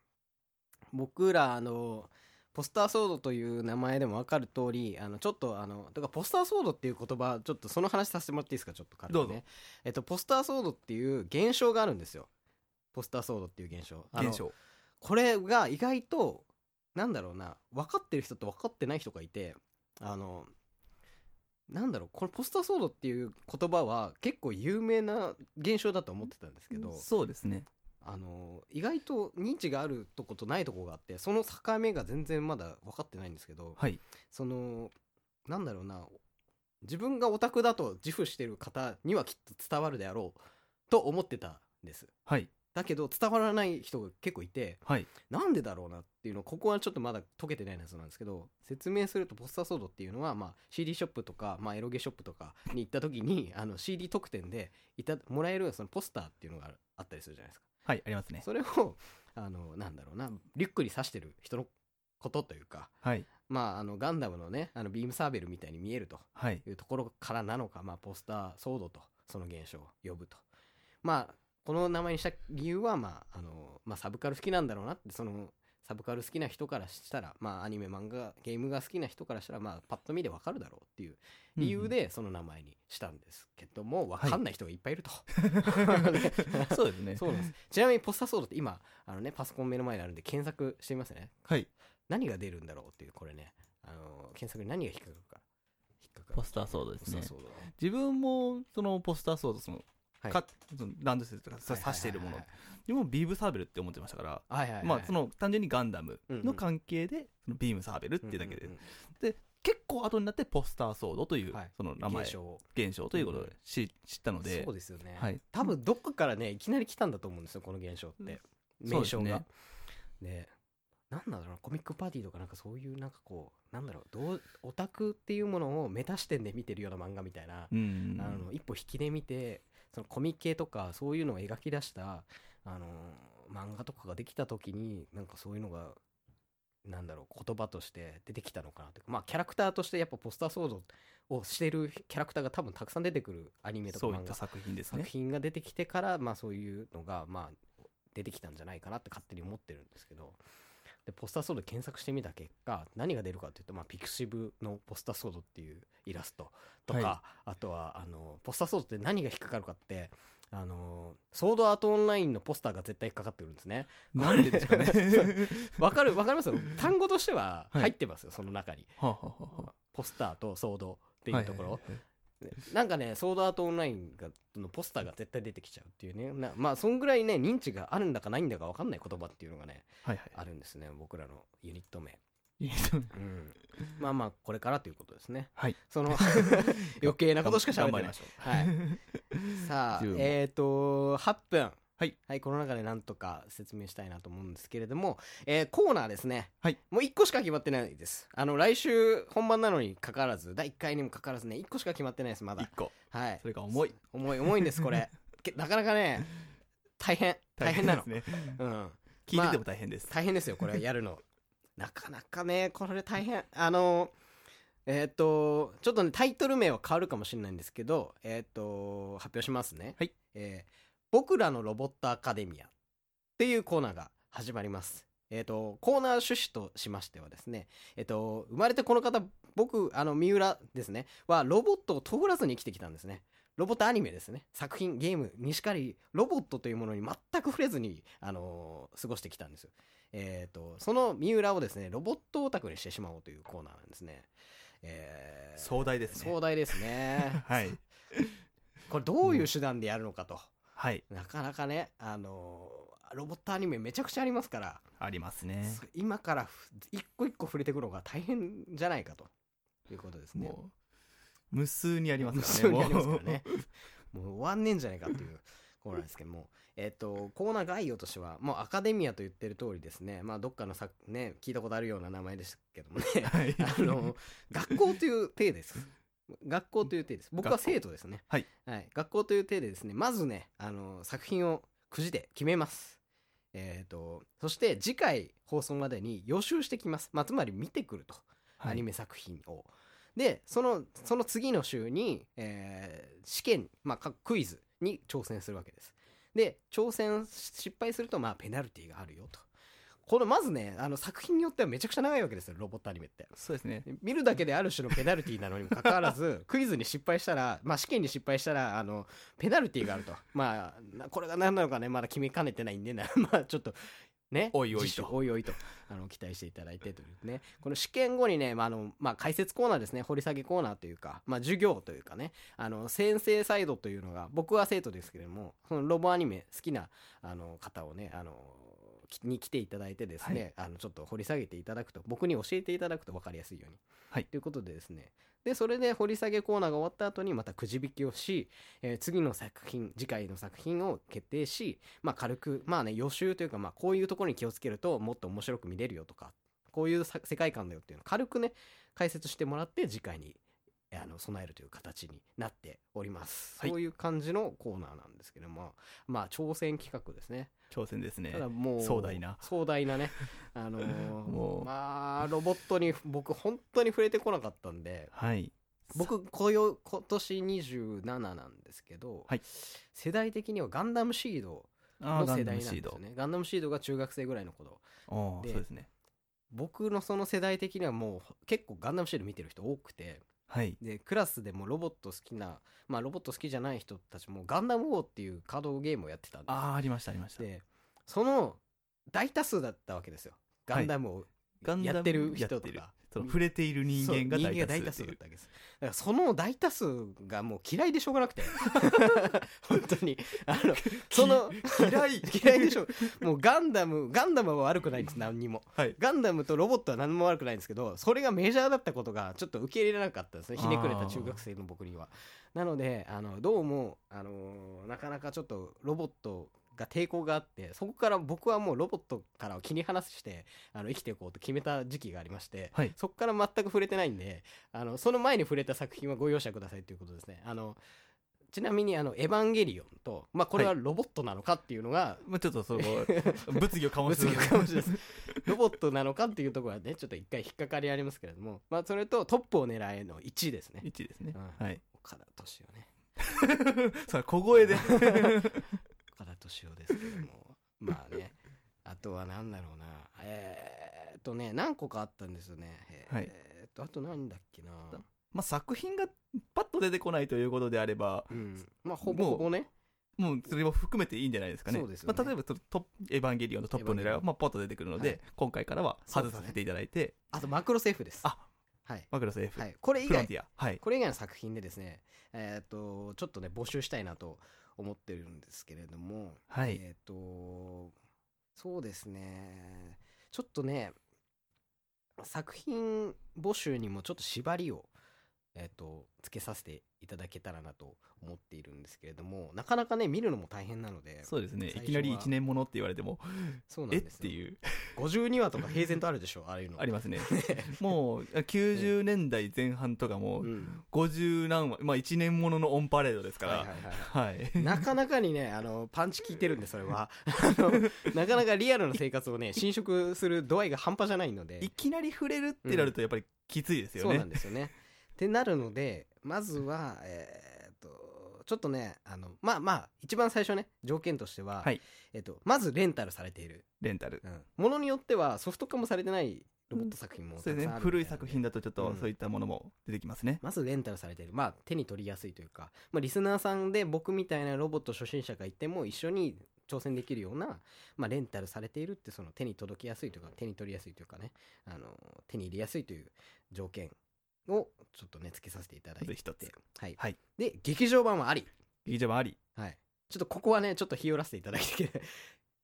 Speaker 1: 僕ら、あの、ポスターソードという名前でも分かる通り、あの、ちょっと、あの、とか、ポスターソードっていう言葉、ちょっとその話させてもらっていいですか、ちょっと軽くね。
Speaker 2: どうぞ
Speaker 1: えっと、ポスターソードっていう現象があるんですよ。ポスターソードっていう現象。あの
Speaker 2: 現象。
Speaker 1: これが意外となんだろうな分かってる人と分かってない人がいてあのなんだろうこのポスター騒動っていう言葉は結構有名な現象だと思ってたんですけど、
Speaker 2: そうですね。
Speaker 1: あの意外と認知があるとことないとこがあってその境目が全然まだ分かってないんですけど、
Speaker 2: はい。
Speaker 1: そのなんだろうな自分がオタクだと自負してる方にはきっと伝わるであろうと思ってたんです。
Speaker 2: はい。
Speaker 1: だけど伝わらない人が結構いて
Speaker 2: はい。
Speaker 1: なんでだろうなっていうのここはちょっとまだ解けてないやつなんですけど説明するとポスターソードっていうのは、まあ、CD ショップとか、まあ、エロゲショップとかに行った時にあの CD 特典でいたもらえるそのポスターっていうのがあるあったりするじゃないですか。
Speaker 2: はい、ありますね。
Speaker 1: それをあのなんだろうなリュックに刺してる人のことというか、
Speaker 2: はい。
Speaker 1: まあ、あのガンダムのねあのビームサーベルみたいに見えると
Speaker 2: はい。
Speaker 1: いうところからなのか、まあ、ポスター騒動とその現象を呼ぶと。まあこの名前にした理由は、まああのまあ、サブカル好きなんだろうなってそのサブカル好きな人からしたら、まあ、アニメ漫画ゲームが好きな人からしたら、まあ、パッと見でわかるだろうっていう理由でその名前にしたんですけども、わかんない人がいっぱ
Speaker 2: <laughs>
Speaker 1: いいると。 <laughs>
Speaker 2: うん。 <laughs> そうですね。
Speaker 1: そうなんです。ちなみにポスターソードって今、あのね、パソコン目の前にあるんで検索してみますね。
Speaker 2: はい。
Speaker 1: 何が出るんだろうっていう、これね、あの検索に何が引っかかるか。引っかかる。
Speaker 2: ポスターソードで
Speaker 1: ポ
Speaker 2: す
Speaker 1: スタ
Speaker 2: ね
Speaker 1: ー。ソードだね。
Speaker 2: 自分も、そのポスターソード、その、
Speaker 1: はい
Speaker 2: かそのランドセルとかさ
Speaker 1: はいはいはいはい
Speaker 2: 刺しているもの。自分もビームサーベルって思ってましたから、
Speaker 1: はいはいはい。
Speaker 2: まあ、その単純にガンダム
Speaker 1: うんう
Speaker 2: の
Speaker 1: ん
Speaker 2: 関係で、そのビームサーベルっていうだけで
Speaker 1: うんうん、
Speaker 2: 結構後になってポスターソードという
Speaker 1: はい、
Speaker 2: その
Speaker 1: うん
Speaker 2: 名前
Speaker 1: 現、象
Speaker 2: 現象ということ
Speaker 1: うん
Speaker 2: で知知ったので
Speaker 1: そう、ですよね。
Speaker 2: はい
Speaker 1: 多分どっかからね、いきなり来たんだと思うんですよ、この現象って。
Speaker 2: そう
Speaker 1: 名
Speaker 2: です
Speaker 1: 称
Speaker 2: ね
Speaker 1: が。ね。なんだろうなコミックパーティーとかなんかそういうなんかこうなんだろうどうオタクっていうものを目指してんで見てるような漫画みたいな
Speaker 2: うん
Speaker 1: あの一歩引きで見てそのコミケとかそういうのを描き出した、あの漫画とかができた時になんかそういうのがなんだろう言葉として出てきたのかなというかまあキャラクターとしてやっぱポスター騒動をしてるキャラクターが多分たくさん出てくるアニメとか
Speaker 2: そうい
Speaker 1: 漫
Speaker 2: った
Speaker 1: 画
Speaker 2: 作品です
Speaker 1: 作
Speaker 2: ね。
Speaker 1: 品が出てきてから、まあそういうのがまあ出てきたんじゃないかなって勝手に思ってるんですけどでポスター騒動検索してみた結果何が出るかというと、まあ、ピクシブのポスター騒動っていうイラストとか、
Speaker 2: は
Speaker 1: あとはあのポスター騒動って何が引っかかるかってあのソードアートオンラインのポスターが絶対引っかかってくるんですね。
Speaker 2: <laughs> なんでです
Speaker 1: <laughs>
Speaker 2: かね。
Speaker 1: わかるわかります
Speaker 2: <laughs>
Speaker 1: よ単語としては
Speaker 2: はい
Speaker 1: 入ってますよ、その中に。
Speaker 2: はあはあはあはあ
Speaker 1: ポスターとソードっていうところ、
Speaker 2: はいはいはい
Speaker 1: なんかね、ソードアートオンラインがのポスターが絶対出てきちゃうっていうね、なまあ、そんぐらいね、認知があるんだかないんだか分かんない言葉っていうのがね、
Speaker 2: はいはい
Speaker 1: あるんですね、僕らのユニット名。
Speaker 2: いいですね
Speaker 1: うん、まあまあ、これからということですね。
Speaker 2: はい。
Speaker 1: その余計 <laughs> なことしか喋って
Speaker 2: 頑張り
Speaker 1: な
Speaker 2: ま
Speaker 1: い
Speaker 2: し。ょう。
Speaker 1: はい、さあ
Speaker 2: 十分、
Speaker 1: えっ、と、8分。
Speaker 2: はい。
Speaker 1: はい、この中でなんとか説明したいなと思うんですけれども、えーコーナーですね。
Speaker 2: はい。
Speaker 1: もう1個しか決まってないです。あの、来週本番なのにかかわらず、第1回にもかかわらずね、1個しか決まってないです、まだ
Speaker 2: 一。個。
Speaker 1: はい
Speaker 2: そ。れが重い。
Speaker 1: 重い重いんですこ
Speaker 2: <laughs>
Speaker 1: れけなかなかね大変大変なの、
Speaker 2: です
Speaker 1: <laughs>
Speaker 2: ね。
Speaker 1: うん
Speaker 2: 聞いてても大変です。
Speaker 1: 大変ですよこれやるのなかなかねこれ大変あのえーっとちょっとねタイトル名は変わるかもしれないんですけどえーっと発表しますね
Speaker 2: はい
Speaker 1: えー僕らのロボットアカデミア」っていうコーナーが始まりますえーっとコーナー趣旨としましてはですねえーっと生まれてこの方僕あの三浦ですねはロボットを通らずに生きてきたんですねロボットアニメですね作品ゲームにしかりロボットというものに全く触れずに、あのー過ごしてきたんですよえー、とその三浦をですねロボットオタクにしてしまおうというコーナーなんですね。えー
Speaker 2: 壮大ですね。
Speaker 1: 壮。大ですね
Speaker 2: <laughs> はい。
Speaker 1: これどういう手段でやるのかと、
Speaker 2: はい。
Speaker 1: なかなかね、あのーロボットアニメめちゃくちゃありますから、
Speaker 2: ありますね。
Speaker 1: そ今からふ一個一個触れていくのが大変じゃないかということですね。
Speaker 2: もう、無数にありま
Speaker 1: 無
Speaker 2: す
Speaker 1: 数
Speaker 2: から
Speaker 1: に
Speaker 2: ね。
Speaker 1: あります
Speaker 2: も
Speaker 1: か
Speaker 2: う
Speaker 1: らね。もう終わんねえんじゃないかっていうコーナーですけども、えっと、コーナー概要としては、もうアカデミアと言ってる通りですね、まあ、どっかのさ、ね、聞いたことあるような名前でしたけどもね、
Speaker 2: はい。
Speaker 1: あの、学校という体です。学校という体です。僕は
Speaker 2: 学校
Speaker 1: 生徒ですね。
Speaker 2: はい。
Speaker 1: 学校という体でですね、まずね、あの、作品をくじで決めます。えっ、と、そして次回放送までに予習してきます。まあ、つまり見てくると。
Speaker 2: はい
Speaker 1: アニメ作品を。で、その、その次の週に、えー試験、まあ、かクイズに挑戦するわけです。で、挑戦し失敗すると、まあ、ペナルティがあるよと。この、まずね、あの、作品によってはめちゃくちゃ長いわけですよ、ロボットアニメって。
Speaker 2: そうですね。
Speaker 1: 見るだけである種のペナルティーなのにもかかわら
Speaker 2: <laughs>
Speaker 1: ずクイズに失敗したら、まあ、試験に失敗したらあのペナルティーがあるとまあなこれが何なのかねまだ決めかね <laughs> てないんでなまあちょっと。ね、
Speaker 2: おいおいと
Speaker 1: 自主おいおいとあの期待していただいてというねこの試験後にね、まああのまあ、解説コーナーですね掘り下げコーナーというか、まあ、授業というかねあの先生サイドというのが僕は生徒ですけれどもそのロボアニメ好きなあの方をねあのきに来ていただいてですね、あのちょっと掘り下げていただくと僕に教えていただくと分かりやすいように
Speaker 2: はい
Speaker 1: ということでですねでそれで掘り下げコーナーが終わった後にまたくじ引きをし、えー次の作品次回の作品を決定し、まあ、軽くまあね予習というか、まあ、こういうところに気をつけるともっと面白く見れるよとかこういうさ世界観だよっていうのを軽くね解説してもらって次回にえーあの備えるという形になっております、
Speaker 2: はい
Speaker 1: そういう感じのコーナーなんですけどもまあ挑戦企画ですね
Speaker 2: 挑戦ですね
Speaker 1: ただもう
Speaker 2: 壮大な
Speaker 1: 壮大
Speaker 2: <laughs>
Speaker 1: なねあのー
Speaker 2: もう
Speaker 1: まあロボットに僕本当に触れてこなかったんで
Speaker 2: はい
Speaker 1: 僕こよ今年27なんですけど、
Speaker 2: はい
Speaker 1: 世代的にはガンダムシード
Speaker 2: あ
Speaker 1: の
Speaker 2: ーガ
Speaker 1: 世
Speaker 2: ンダ
Speaker 1: 代
Speaker 2: ム
Speaker 1: な
Speaker 2: シ
Speaker 1: んで
Speaker 2: ー
Speaker 1: すよ
Speaker 2: ド
Speaker 1: ねガンダムシードが中学生ぐらいの頃
Speaker 2: おー
Speaker 1: で
Speaker 2: そうですね
Speaker 1: 僕のその世代的にはもう結構ガンダムシード見てる人多くて
Speaker 2: はい
Speaker 1: でクラスでもロボット好きなまあロボット好きじゃない人たちもガンダムウォーっていうカードゲームをやってたんですよ
Speaker 2: ああーありましたありました
Speaker 1: でその大多数だったわけですよガンダムを
Speaker 2: ガンダム
Speaker 1: やってる人
Speaker 2: や
Speaker 1: と
Speaker 2: っ
Speaker 1: か
Speaker 2: てるその触れている人間が
Speaker 1: そう人間
Speaker 2: 大
Speaker 1: 大
Speaker 2: 多
Speaker 1: 多
Speaker 2: 数 <laughs>
Speaker 1: 数だっ
Speaker 2: っていう
Speaker 1: たわけですだからその大多数がもう嫌いでしょうがな
Speaker 2: <laughs>
Speaker 1: くて本当にあのその
Speaker 2: 嫌い
Speaker 1: <laughs> 嫌いでしょうもうガンダムガンダムは悪くないんです何にも
Speaker 2: <laughs> はい
Speaker 1: ガンダムとロボットは何も悪くないんですけどそれがメジャーだったことがちょっと受け入れられなかったんですねひねくれた中学生の僕にはなのであのどうも、あのーなかなかちょっとロボットが抵抗があってそこから僕はもうロボットからは切り離してあの生きていこうと決めた時期がありまして、
Speaker 2: はい
Speaker 1: そこから全く触れてないんであのその前に触れた作品はご容赦くださいということですねあのちなみにあの「エヴァンゲリオンと」まあ、これはロボットなのかっていうのが、
Speaker 2: まあちょっと
Speaker 1: <laughs>
Speaker 2: そこ物議を醸し
Speaker 1: 物議を醸
Speaker 2: <laughs>
Speaker 1: し出すロボットなのかっていうところはねちょっと一回引っかかりありますけれども、まあ、それとトップを狙えの1位ですね
Speaker 2: 1ですね
Speaker 1: うん
Speaker 2: はい <laughs>
Speaker 1: 岡田敏夫ね
Speaker 2: それ小声で <laughs>
Speaker 1: 岡田敏夫ですけどもまあねあとは何だろうなえー、っとね何個かあったんですよね
Speaker 2: はい
Speaker 1: えー、っとあと何だっけな
Speaker 2: まあ作品がパッと出てこないということであれば
Speaker 1: うんまあほぼほぼね
Speaker 2: もうそれも含めていいんじゃないですかね。
Speaker 1: そうですよね
Speaker 2: まあ、例えばそのトップ、エヴァンゲリオンのトップの狙い
Speaker 1: エヴァンゲリオ
Speaker 2: は、まあ、ポッと出てくるので、
Speaker 1: はい
Speaker 2: 今回からは外させていただいて、
Speaker 1: あとマクロセーフです
Speaker 2: あ
Speaker 1: はい、
Speaker 2: マクロス F、
Speaker 1: はい、これ以
Speaker 2: フロン
Speaker 1: 外
Speaker 2: ティア。はい。
Speaker 1: これ以外の作品でですねえー、っとちょっとね募集したいなと思ってるんですけれども
Speaker 2: はい。
Speaker 1: えっ、と、そうですね。ちょっとね、作品募集にもちょっと縛りを、えっ、と、つけさせていただけたらなと思っているんですけれども、なかなかね、見るのも大変なので、
Speaker 2: そうですね。い
Speaker 1: 最初は
Speaker 2: きなり1年ものって言われても、
Speaker 1: そうな
Speaker 2: え
Speaker 1: ん
Speaker 2: っ
Speaker 1: です
Speaker 2: て
Speaker 1: よ
Speaker 2: いう、
Speaker 1: 52話とか平然とあるでしょ、ああいうの。
Speaker 2: ありますね。 <laughs> もう、90年代前半とかも
Speaker 1: <laughs> う
Speaker 2: う、
Speaker 1: ん。
Speaker 2: 50何話、まあ1年もののオンパレード <laughs> ですか
Speaker 1: はいはい
Speaker 2: ら、 <laughs>
Speaker 1: はい。
Speaker 2: はい。
Speaker 1: なかなかにね、あの、パンチ効いてるんで、それは。 <laughs> あのなかなかリアルな生活をね、侵食する度合いが半端じゃないので。
Speaker 2: いきなり触れるってなると、やっぱりきついですよ
Speaker 1: そうな
Speaker 2: ね
Speaker 1: ん。ですよね。ってなるのでまずはえーっとちょっとねあのまあまあ一番最初ね条件としては、
Speaker 2: はい
Speaker 1: えっとまずレンタルされている、
Speaker 2: レンタル。
Speaker 1: ものによってはソフト化もされてないロボット作品も
Speaker 2: そうです
Speaker 1: たくさ
Speaker 2: ね
Speaker 1: んあ。るみた
Speaker 2: 古
Speaker 1: ない
Speaker 2: 作品だと、ちょっとそういったものも出てきますね。
Speaker 1: まずレンタルされているまあ手に取りやすいというか、まあ、リスナーさんで僕みたいなロボット初心者がいても一緒に挑戦できるような、まあ、レンタルされているってその手に届きやすいというか手に取りやすいというかねあの手に入れやすいという条件をちょっとねつけさせていただいて
Speaker 2: まず一つ
Speaker 1: はい
Speaker 2: はい
Speaker 1: で劇場版はあり、
Speaker 2: 劇場版あり。
Speaker 1: はい、ちょっとここはねちょっと日和らせてい <laughs> ただき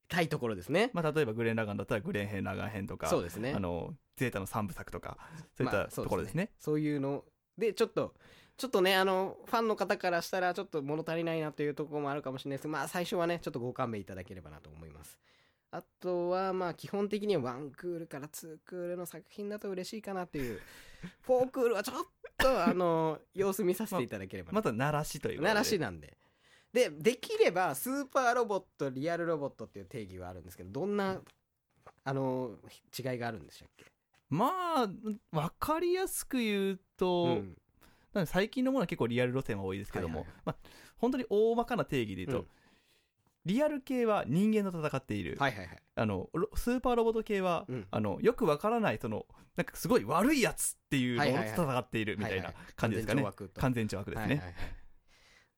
Speaker 1: たいところですね、
Speaker 2: まあ、例えばグレン・ラガンだったらグレン編・ラガン編とか、
Speaker 1: そうですね
Speaker 2: あのゼータの3部作とかそうい
Speaker 1: ま
Speaker 2: った
Speaker 1: あそう
Speaker 2: ところですね,、
Speaker 1: そういうのでちょっとちょっとねあのファンの方からしたらちょっと物足りないなというところもあるかもしれないですけどまあ最初はねちょっとご勘弁いただければなと思いますあとはまあ基本的にはワンクールからツークールの作品だと嬉しいかなというフォークールはちょっとあの
Speaker 2: <laughs>
Speaker 1: 様子見させていただければな
Speaker 2: また鳴らしということで
Speaker 1: ならしなんで。で、できれば、スーパーロボット、リアルロボットっていう定義はあるんですけど、どんな、あの、違いがあるんでしたっけ
Speaker 2: まあ分かりやすく言うと、
Speaker 1: うん
Speaker 2: なんか最近のものは結構リアル路線は多いですけども、
Speaker 1: はいはい
Speaker 2: まあ、本当に大まかな定義で言うと、
Speaker 1: うん
Speaker 2: リアル系は人間と戦っている、
Speaker 1: はいはいはい。
Speaker 2: あのロスーパーロボット系は、
Speaker 1: うん
Speaker 2: あのよくわからないそのなんかすごい悪いやつっていうも
Speaker 1: はい
Speaker 2: の
Speaker 1: はいはい
Speaker 2: と戦っているみたい
Speaker 1: は
Speaker 2: な
Speaker 1: は
Speaker 2: い
Speaker 1: い
Speaker 2: 感じですかね、
Speaker 1: 完全懲悪と
Speaker 2: 完全懲悪ですね、
Speaker 1: はいはいはい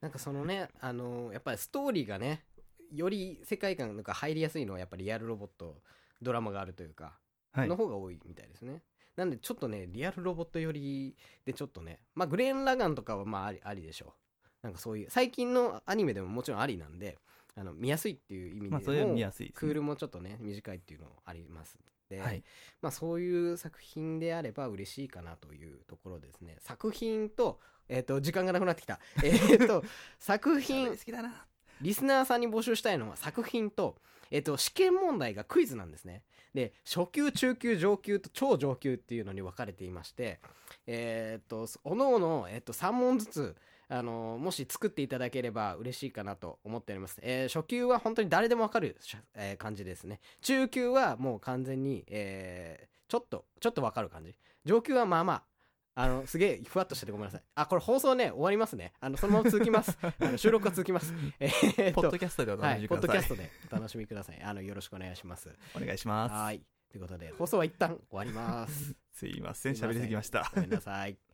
Speaker 1: なんかそのね、あの、やっぱりストーリーがね、より世界観なんか入りやすいのは、やっぱりリアルロボット、ドラマがあるというか、
Speaker 2: はい
Speaker 1: の方が多いみたいですね。なんで、ちょっとね、リアルロボット寄りで、ちょっとね、まあ、グレーン・ラガンとかは、まあ、あり、ありでしょう。なんかそういう、最近のアニメでももちろんありなんで、あの、見やすいっていう意味でも、
Speaker 2: まあそれは見やすいですね
Speaker 1: クールもちょっとね、短いっていうのあります。で、
Speaker 2: はい。
Speaker 1: まあ、そういう作品であれば嬉しいかなというところですね作品と,、えー、と時間がなくな
Speaker 2: <laughs>
Speaker 1: ってきたえーと作品
Speaker 2: きだな。
Speaker 1: リスナーさんに募集したいのは作品と,、えー、と試験問題がクイズなんですねで初級中級上級と超上級っていうのに分かれていましてえー、とおのおの、えー、と3問ずつあのもし作っていただければ嬉しいかなと思っております。えー初級は本当に誰でもわかる、しゃえー感じですね。中級はもう完全に、えーちょっと、ちょっとわかる感じ。上級はまあまあ。あの、すげえ、ふわっとしててごめんなさい。あ、これ放送ね、終わりますね。あの、そのまま続き
Speaker 2: <laughs>
Speaker 1: ます。あの収録は続きます。 <laughs> えーっ
Speaker 2: ポッ
Speaker 1: と
Speaker 2: ド、キャストでお
Speaker 1: は
Speaker 2: 楽し
Speaker 1: い、
Speaker 2: み
Speaker 1: ポッ
Speaker 2: く
Speaker 1: ド
Speaker 2: だ
Speaker 1: キ
Speaker 2: さい。
Speaker 1: ャストでお楽しみくださ
Speaker 2: <laughs>
Speaker 1: い。あの、よろしくお願いします。
Speaker 2: お願いします。
Speaker 1: はーい。ということで、放送は一旦終わります。
Speaker 2: すいません、
Speaker 1: すいません
Speaker 2: 喋りすぎました。
Speaker 1: ごめんなさい。い <laughs>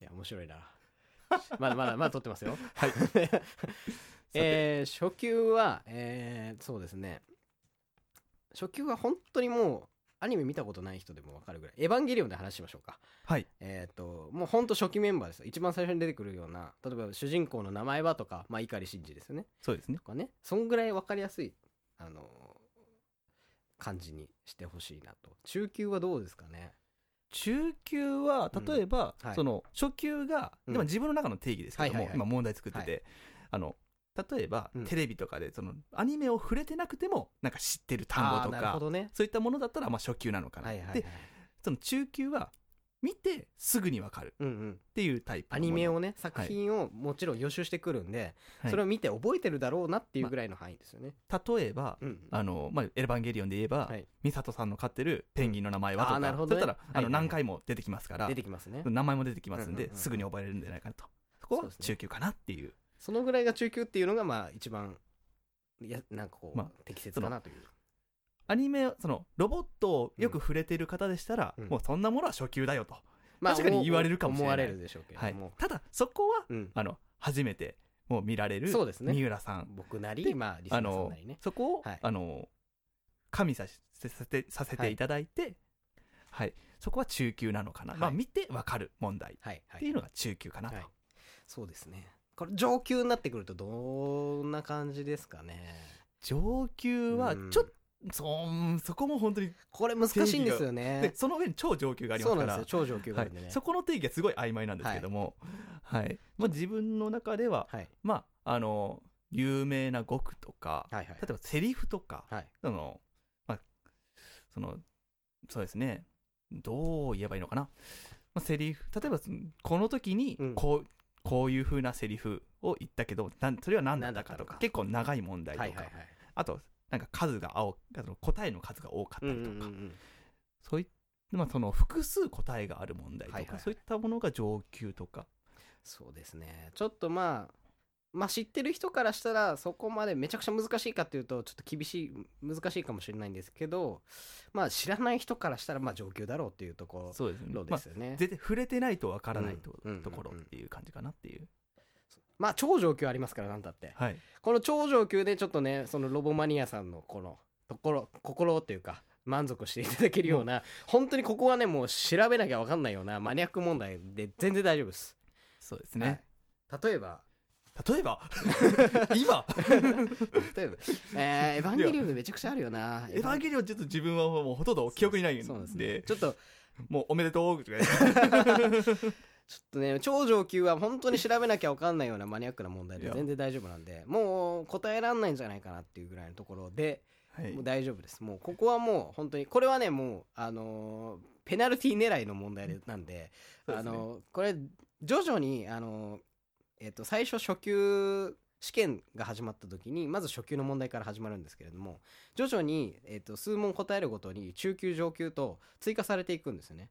Speaker 1: や、面白いな。まだまだまだ撮ってますよ。 <laughs>
Speaker 2: はい。
Speaker 1: えー初級は、えーそうですね。初級は本当にもう、アニメ見たことない人でもわかるぐらい。エヴァンゲリオンで話しましょうか。
Speaker 2: はい。
Speaker 1: えっ、と、もう本当初期メンバーですよ。一番最初に出てくるような、例えば主人公の名前はとか、まあ、碇シンジですよね。
Speaker 2: そうですね。
Speaker 1: とかねそんぐらい分かりやすいあの感じにしてほしいなと中級はどうですかね
Speaker 2: 中級は
Speaker 1: うん
Speaker 2: 例えば、
Speaker 1: はい
Speaker 2: その初級が、
Speaker 1: うん
Speaker 2: でも自分の中の定義ですけども、
Speaker 1: はいはいはい
Speaker 2: 今問題作ってて、
Speaker 1: は
Speaker 2: あの例えば、
Speaker 1: うん
Speaker 2: テレビとかでそのアニメを触れてなくてもなんか知ってる単語
Speaker 1: あ
Speaker 2: と
Speaker 1: ーなるほ
Speaker 2: か
Speaker 1: どね
Speaker 2: そういったものだったらまあ初級なのかな、
Speaker 1: はいはい、はい
Speaker 2: で、その中級は見てすぐにわかる
Speaker 1: うんうん、
Speaker 2: っていうタイプ
Speaker 1: ア
Speaker 2: のもの
Speaker 1: ニメをね作品をもちろん予習してくるんで、
Speaker 2: はい
Speaker 1: それを見て覚えてるだろうなっていうぐらいの範囲ですよね、
Speaker 2: 例えば、
Speaker 1: うんうん
Speaker 2: あのまあ、エヴァンゲリオンで言えば、
Speaker 1: はい
Speaker 2: ミサトさんの飼ってるペンギンの名前はと
Speaker 1: あー
Speaker 2: か、
Speaker 1: なるほどね
Speaker 2: そういったらあ
Speaker 1: はいはいは
Speaker 2: の
Speaker 1: い
Speaker 2: 何回も出てきますから、
Speaker 1: 出てきますね
Speaker 2: 名前も出てきますんで、
Speaker 1: うんうんうん
Speaker 2: すぐに覚えれるんじゃないかなとそこ
Speaker 1: そ
Speaker 2: は
Speaker 1: うですね
Speaker 2: 中級かなっていう
Speaker 1: そのぐらいが中級っていうのがまあ一番いやなんかこう、
Speaker 2: ま
Speaker 1: 適切かなという
Speaker 2: アニメそのロボットをよく触れてる方でしたら、
Speaker 1: うん
Speaker 2: もうそんなものは初級だよと、
Speaker 1: まあ
Speaker 2: 確かに言われるかもしれない
Speaker 1: 思われるでしょうけ
Speaker 2: は
Speaker 1: れ
Speaker 2: い
Speaker 1: ども、、
Speaker 2: ただそこは
Speaker 1: うん、
Speaker 2: あの初めてもう見られる
Speaker 1: そうですね
Speaker 2: 三浦さん、
Speaker 1: 僕なり
Speaker 2: で
Speaker 1: まあリスナ
Speaker 2: あ
Speaker 1: ーさん
Speaker 2: の
Speaker 1: なりね
Speaker 2: そこを、
Speaker 1: はい
Speaker 2: あの加味させさせてさせ
Speaker 1: は
Speaker 2: て
Speaker 1: い
Speaker 2: いただいて、はいそこは中級なのかな、
Speaker 1: はい
Speaker 2: まあ、見てわかる問題
Speaker 1: はいは
Speaker 2: っていうのが中級かなと、
Speaker 1: はい、そうですねこれ上級になってくるとどんな感じですかね
Speaker 2: 上級は
Speaker 1: うん
Speaker 2: ちょっと、そううんそこも本当に、
Speaker 1: これ難しいんですよ
Speaker 2: で
Speaker 1: ね
Speaker 2: その上に超上級がありま
Speaker 1: そうな
Speaker 2: すか
Speaker 1: んで
Speaker 2: ら
Speaker 1: すよ超上級があ
Speaker 2: は
Speaker 1: るんでね
Speaker 2: い、そこの定義はすごい曖昧なんですけども、はいまあ、自分の中では、
Speaker 1: はい
Speaker 2: まあ、あの有名な語句とか、
Speaker 1: はいはい
Speaker 2: 例えばセリフとか、
Speaker 1: はい
Speaker 2: そのまあ、そのそうですねどう言えばいいのかな、まあ、セリフ例えばそのこの時に
Speaker 1: うん
Speaker 2: こう,、こういう風なセリフを言ったけどなんそれは何だった
Speaker 1: 何
Speaker 2: か
Speaker 1: だった
Speaker 2: と
Speaker 1: の
Speaker 2: か
Speaker 1: か
Speaker 2: 結構長い問題と
Speaker 1: は
Speaker 2: か、
Speaker 1: いはい
Speaker 2: あとなんか数が多あの答えの数が多かった
Speaker 1: うん
Speaker 2: り
Speaker 1: うんう
Speaker 2: と
Speaker 1: ん
Speaker 2: か、
Speaker 1: うん
Speaker 2: そういまあ、その複数答えがある問題とか、
Speaker 1: はいはいはい
Speaker 2: そういったものが上級とか、
Speaker 1: そうですねちょっとまあまあ知ってる人からしたらそこまでめちゃくちゃ難しいかっていうとちょっと厳しい難しいかもしれないんですけどまあ知らない人からしたらまあ上級だろうっていうとこ
Speaker 2: そうですね
Speaker 1: ろ
Speaker 2: ま
Speaker 1: で
Speaker 2: あ
Speaker 1: すよね、
Speaker 2: 全然触れてないとわからないと,、
Speaker 1: うん
Speaker 2: ところっていう感じかなっていう、
Speaker 1: まあ超上級ありますからなんだって
Speaker 2: はい、
Speaker 1: この超上級でちょっとねそのロボマニアさんのこのところ心っていうか満足していただけるような、本当にここはねもう調べなきゃ分かんないようなマニアック問題で全然大丈夫です、
Speaker 2: そうですね、
Speaker 1: はい例えば
Speaker 2: 例えば
Speaker 1: <laughs>
Speaker 2: 今
Speaker 1: 例えば、
Speaker 2: <laughs>
Speaker 1: えー、エヴァンゲリオンでめちゃくちゃあるよな
Speaker 2: エヴァン
Speaker 1: ゲ
Speaker 2: ゲリオンちょっと自分はもうほとんど記憶にないんで
Speaker 1: そうなんですねちょっと
Speaker 2: もうおめでと
Speaker 1: <laughs>
Speaker 2: うとか
Speaker 1: ちょっとね超上級は本当に調べなきゃ分かんないようなマニアックな問題
Speaker 2: い
Speaker 1: で
Speaker 2: や
Speaker 1: 全然大丈夫なんでもう答えらんないんじゃないかなっていうぐらいのところで
Speaker 2: はい
Speaker 1: もう大丈夫です。もうここはもう本当にこれはねもうあのーペナルティ狙いの問題でなんで、
Speaker 2: そうで
Speaker 1: あ
Speaker 2: すね
Speaker 1: のーこれ徐々にあのーえっと最初初級試験が始まった時にまず初級の問題から始まるんですけれども徐々に、えっと数問答えるごとに中級上級と追加されていくんですよね。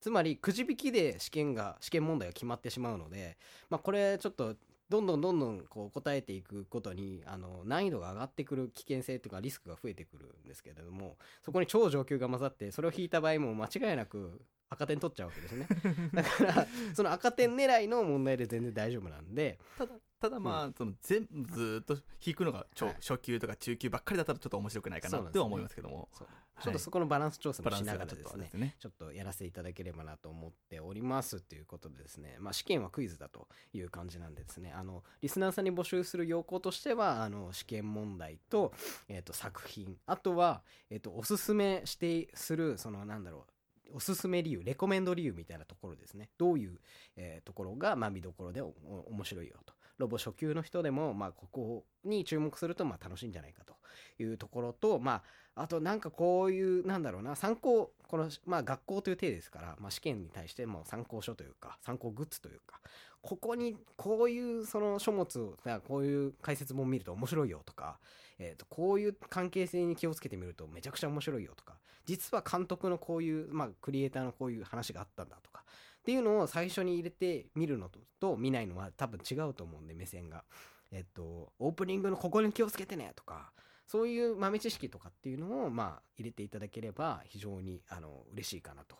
Speaker 1: つまりくじ引きで試験が試験問題が決まってしまうので、まあ、これちょっとどんどんどんどんこう答えていくことにあの難易度が上がってくる危険性というかリスクが増えてくるんですけれどもそこに超上級が混ざってそれを引いた場合も間違いなく赤点
Speaker 2: <laughs>
Speaker 1: 取っちゃうわけですねだからその赤点狙いの問題で全然大丈夫なんで
Speaker 2: ただただまあ、その全部ずーっと弾くのがちょ、
Speaker 1: はい
Speaker 2: 初級とか中級ばっかりだったらちょっと面白くないかな
Speaker 1: そうなん
Speaker 2: っ
Speaker 1: です
Speaker 2: て
Speaker 1: ね
Speaker 2: は思いますけども、
Speaker 1: そう
Speaker 2: はい
Speaker 1: ちょっとそこのバランス調整も
Speaker 2: バラン
Speaker 1: し
Speaker 2: ス
Speaker 1: なが
Speaker 2: が
Speaker 1: ら
Speaker 2: ちょっ
Speaker 1: で
Speaker 2: と
Speaker 1: す
Speaker 2: あれ
Speaker 1: ね
Speaker 2: ですね
Speaker 1: ちょっとやらせていただければなと思っておりますということでですね、まあ、試験はクイズだという感じなんでですねあのリスナーさんに募集する要項としてはあの試験問題と,、えっと作品あとは、えっとおすすめしてするそのなんだろうおすすめ理由レコメンド理由みたいなところですねどういう、えーところが、まあ、見どころでおお面白いよとロボ初級の人でも、まあ、ここに注目すると、まあ、楽しいんじゃないかというところと、まあ、あとなんかこういうなんだろうな参考この、まあ、学校という体ですから、まあ、試験に対しても参考書というか参考グッズというかここにこういうその書物をだからこういう解説本見ると面白いよとか、えー、とこういう関係性に気をつけてみるとめちゃくちゃ面白いよとか実は監督のこういう、まあ、クリエイターのこういう話があったんだとかっていうのを最初に入れて見るのとと見ないのは多分違うと思うんで目線が。えっと、オープニングのここに気をつけてねとかそういう豆知識とかっていうのを、まあ、入れていただければ、非常に、あの、嬉しいかなと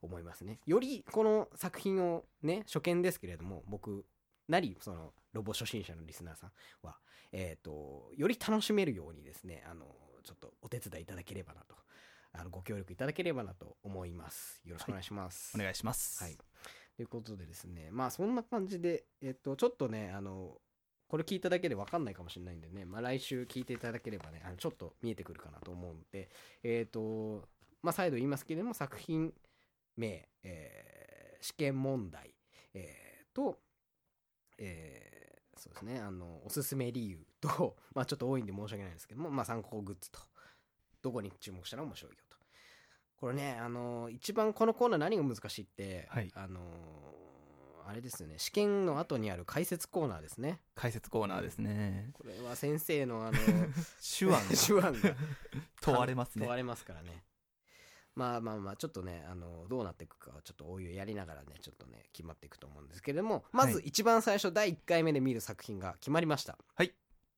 Speaker 1: 思いますね。より、この作品をね、初見ですけれども、僕なり、その、ロボ初心者のリスナーさんは、えっ、と、より楽しめるようにですね、あの、ちょっとお手伝いいただければなと、あの、ご協力いただければなと思います。よろしくお願いします。
Speaker 2: お願いします、
Speaker 1: はい。ということでですね、まあそんな感じで、えっと、ちょっとね、あの、これ聞いただけで分かんないかもしれないんでね、まあ来週聞いていただければね、あのちょっと見えてくるかなと思うんで、えっと、まあ再度言いますけれども、作品名、えー試験問題、えーと、えーそうですね、あの、おすすめ理由と、 <laughs> まあちょっと多いんで申し訳ないですけども、まあ参考グッズと、どこに注目したら面白いよと。これね、あの、一番このコーナー何が難しいって、
Speaker 2: はい
Speaker 1: あの、あれですよね、試験の後にある解説コーナーですね。
Speaker 2: 解説コーナーですね
Speaker 1: これは先生のあの、
Speaker 2: <laughs> 手腕
Speaker 1: <laughs> 手腕が
Speaker 2: 問われますね
Speaker 1: 問われますからね。まあまあまあ、ちょっとね、あの、どうなっていくかは、ちょっとお湯やりながらね、ちょっとね、決まっていくと思うんですけれども、まず
Speaker 2: はい
Speaker 1: 一番最初、第1回目で見る作品が決まりました。
Speaker 2: はい。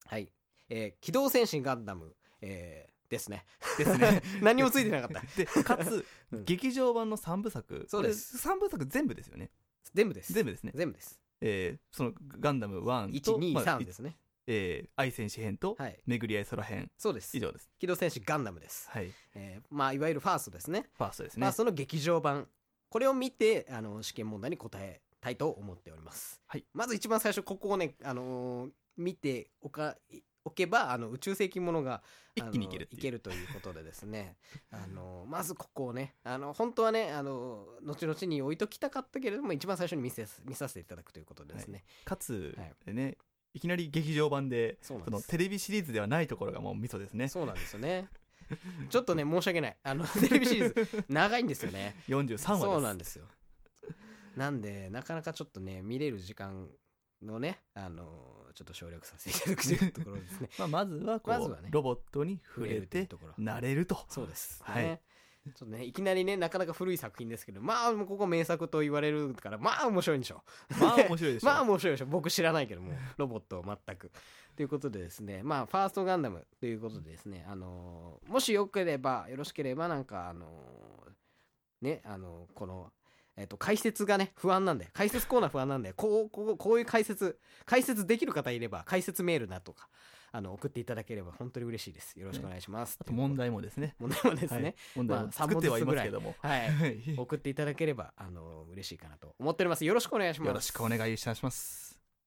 Speaker 1: はい。えー機動戦士ガンダム、えーですね。
Speaker 2: です <laughs> ね
Speaker 1: 何にもついてなかった。
Speaker 2: でかつ、
Speaker 1: <laughs> うん
Speaker 2: 劇場版の3部作
Speaker 1: そうです
Speaker 2: 3部作全部ですよね
Speaker 1: 全部です。
Speaker 2: 全部ですね
Speaker 1: 全部です。
Speaker 2: えーそのガンダム1
Speaker 1: 1、
Speaker 2: と
Speaker 1: 2、
Speaker 2: まあ
Speaker 1: 3
Speaker 2: い
Speaker 1: ですね。
Speaker 2: えー愛戦士編と、
Speaker 1: はい。
Speaker 2: 巡り合い空編
Speaker 1: そうです
Speaker 2: 以。上です
Speaker 1: 機動戦士ガンダムです。
Speaker 2: はい
Speaker 1: えーまあ、いわゆるファーストですね。
Speaker 2: ファーストです
Speaker 1: ま
Speaker 2: ね
Speaker 1: あその劇場版これを見てあの試験問題に答えたいと思っております、
Speaker 2: はい
Speaker 1: まず一番最初ここをね、あのー見ておかおけばあの宇宙世紀ものが
Speaker 2: 一気にいけるっていう
Speaker 1: あのけるということでですね <laughs> あのーまずここをねあの本当はねあのー後々に置いときたかったけれども一番最初に見せ見させていただくということでですね、
Speaker 2: かつ、
Speaker 1: はい
Speaker 2: ねいきなり劇場版で
Speaker 1: そうなん
Speaker 2: そ
Speaker 1: で
Speaker 2: の
Speaker 1: す
Speaker 2: テレビシリーズではないところがもうミソですね
Speaker 1: そうなんですよねちょっとね申し訳ないあのテレビシリーズ
Speaker 2: <laughs>
Speaker 1: 長いんですよね
Speaker 2: 43話です
Speaker 1: そうなんですよなんでなかなかちょっとね見れる時間のねあのーちょっと省略させていただくというところですね
Speaker 2: まあ、まずはこう
Speaker 1: まずはね
Speaker 2: ロボットに <laughs> 触れ
Speaker 1: という
Speaker 2: て
Speaker 1: ところ
Speaker 2: 慣れると
Speaker 1: そうです、ね
Speaker 2: はい
Speaker 1: ちょっとねいきなりねなかなか古い作品ですけどまあもうここ名作と言われるからまあ面白いんでしょ
Speaker 2: まあ面白いでし
Speaker 1: <laughs>
Speaker 2: ょ
Speaker 1: まあ面白いでしょ僕知らないけどもロボットを全くということでですねまあファーストガンダムということでですねあのーもしよければよろしければなんかあのーねあのーこのえっと解説がね不安なんで解説コーナー不安なんでこうこうこういう解説解説できる方いれば解説メールなとかあの送っていただければ本当に嬉しいですよろしくお願いします、
Speaker 2: あと問題もですね
Speaker 1: 問題もです
Speaker 2: はい
Speaker 1: ね、
Speaker 2: 問題
Speaker 1: まあ
Speaker 2: も作ってはいますけども、
Speaker 1: <laughs> はい
Speaker 2: <laughs> はい
Speaker 1: 送っていただければあのー嬉しいかなと思っておりますよろしくお願いします
Speaker 2: よろしくお願いいたします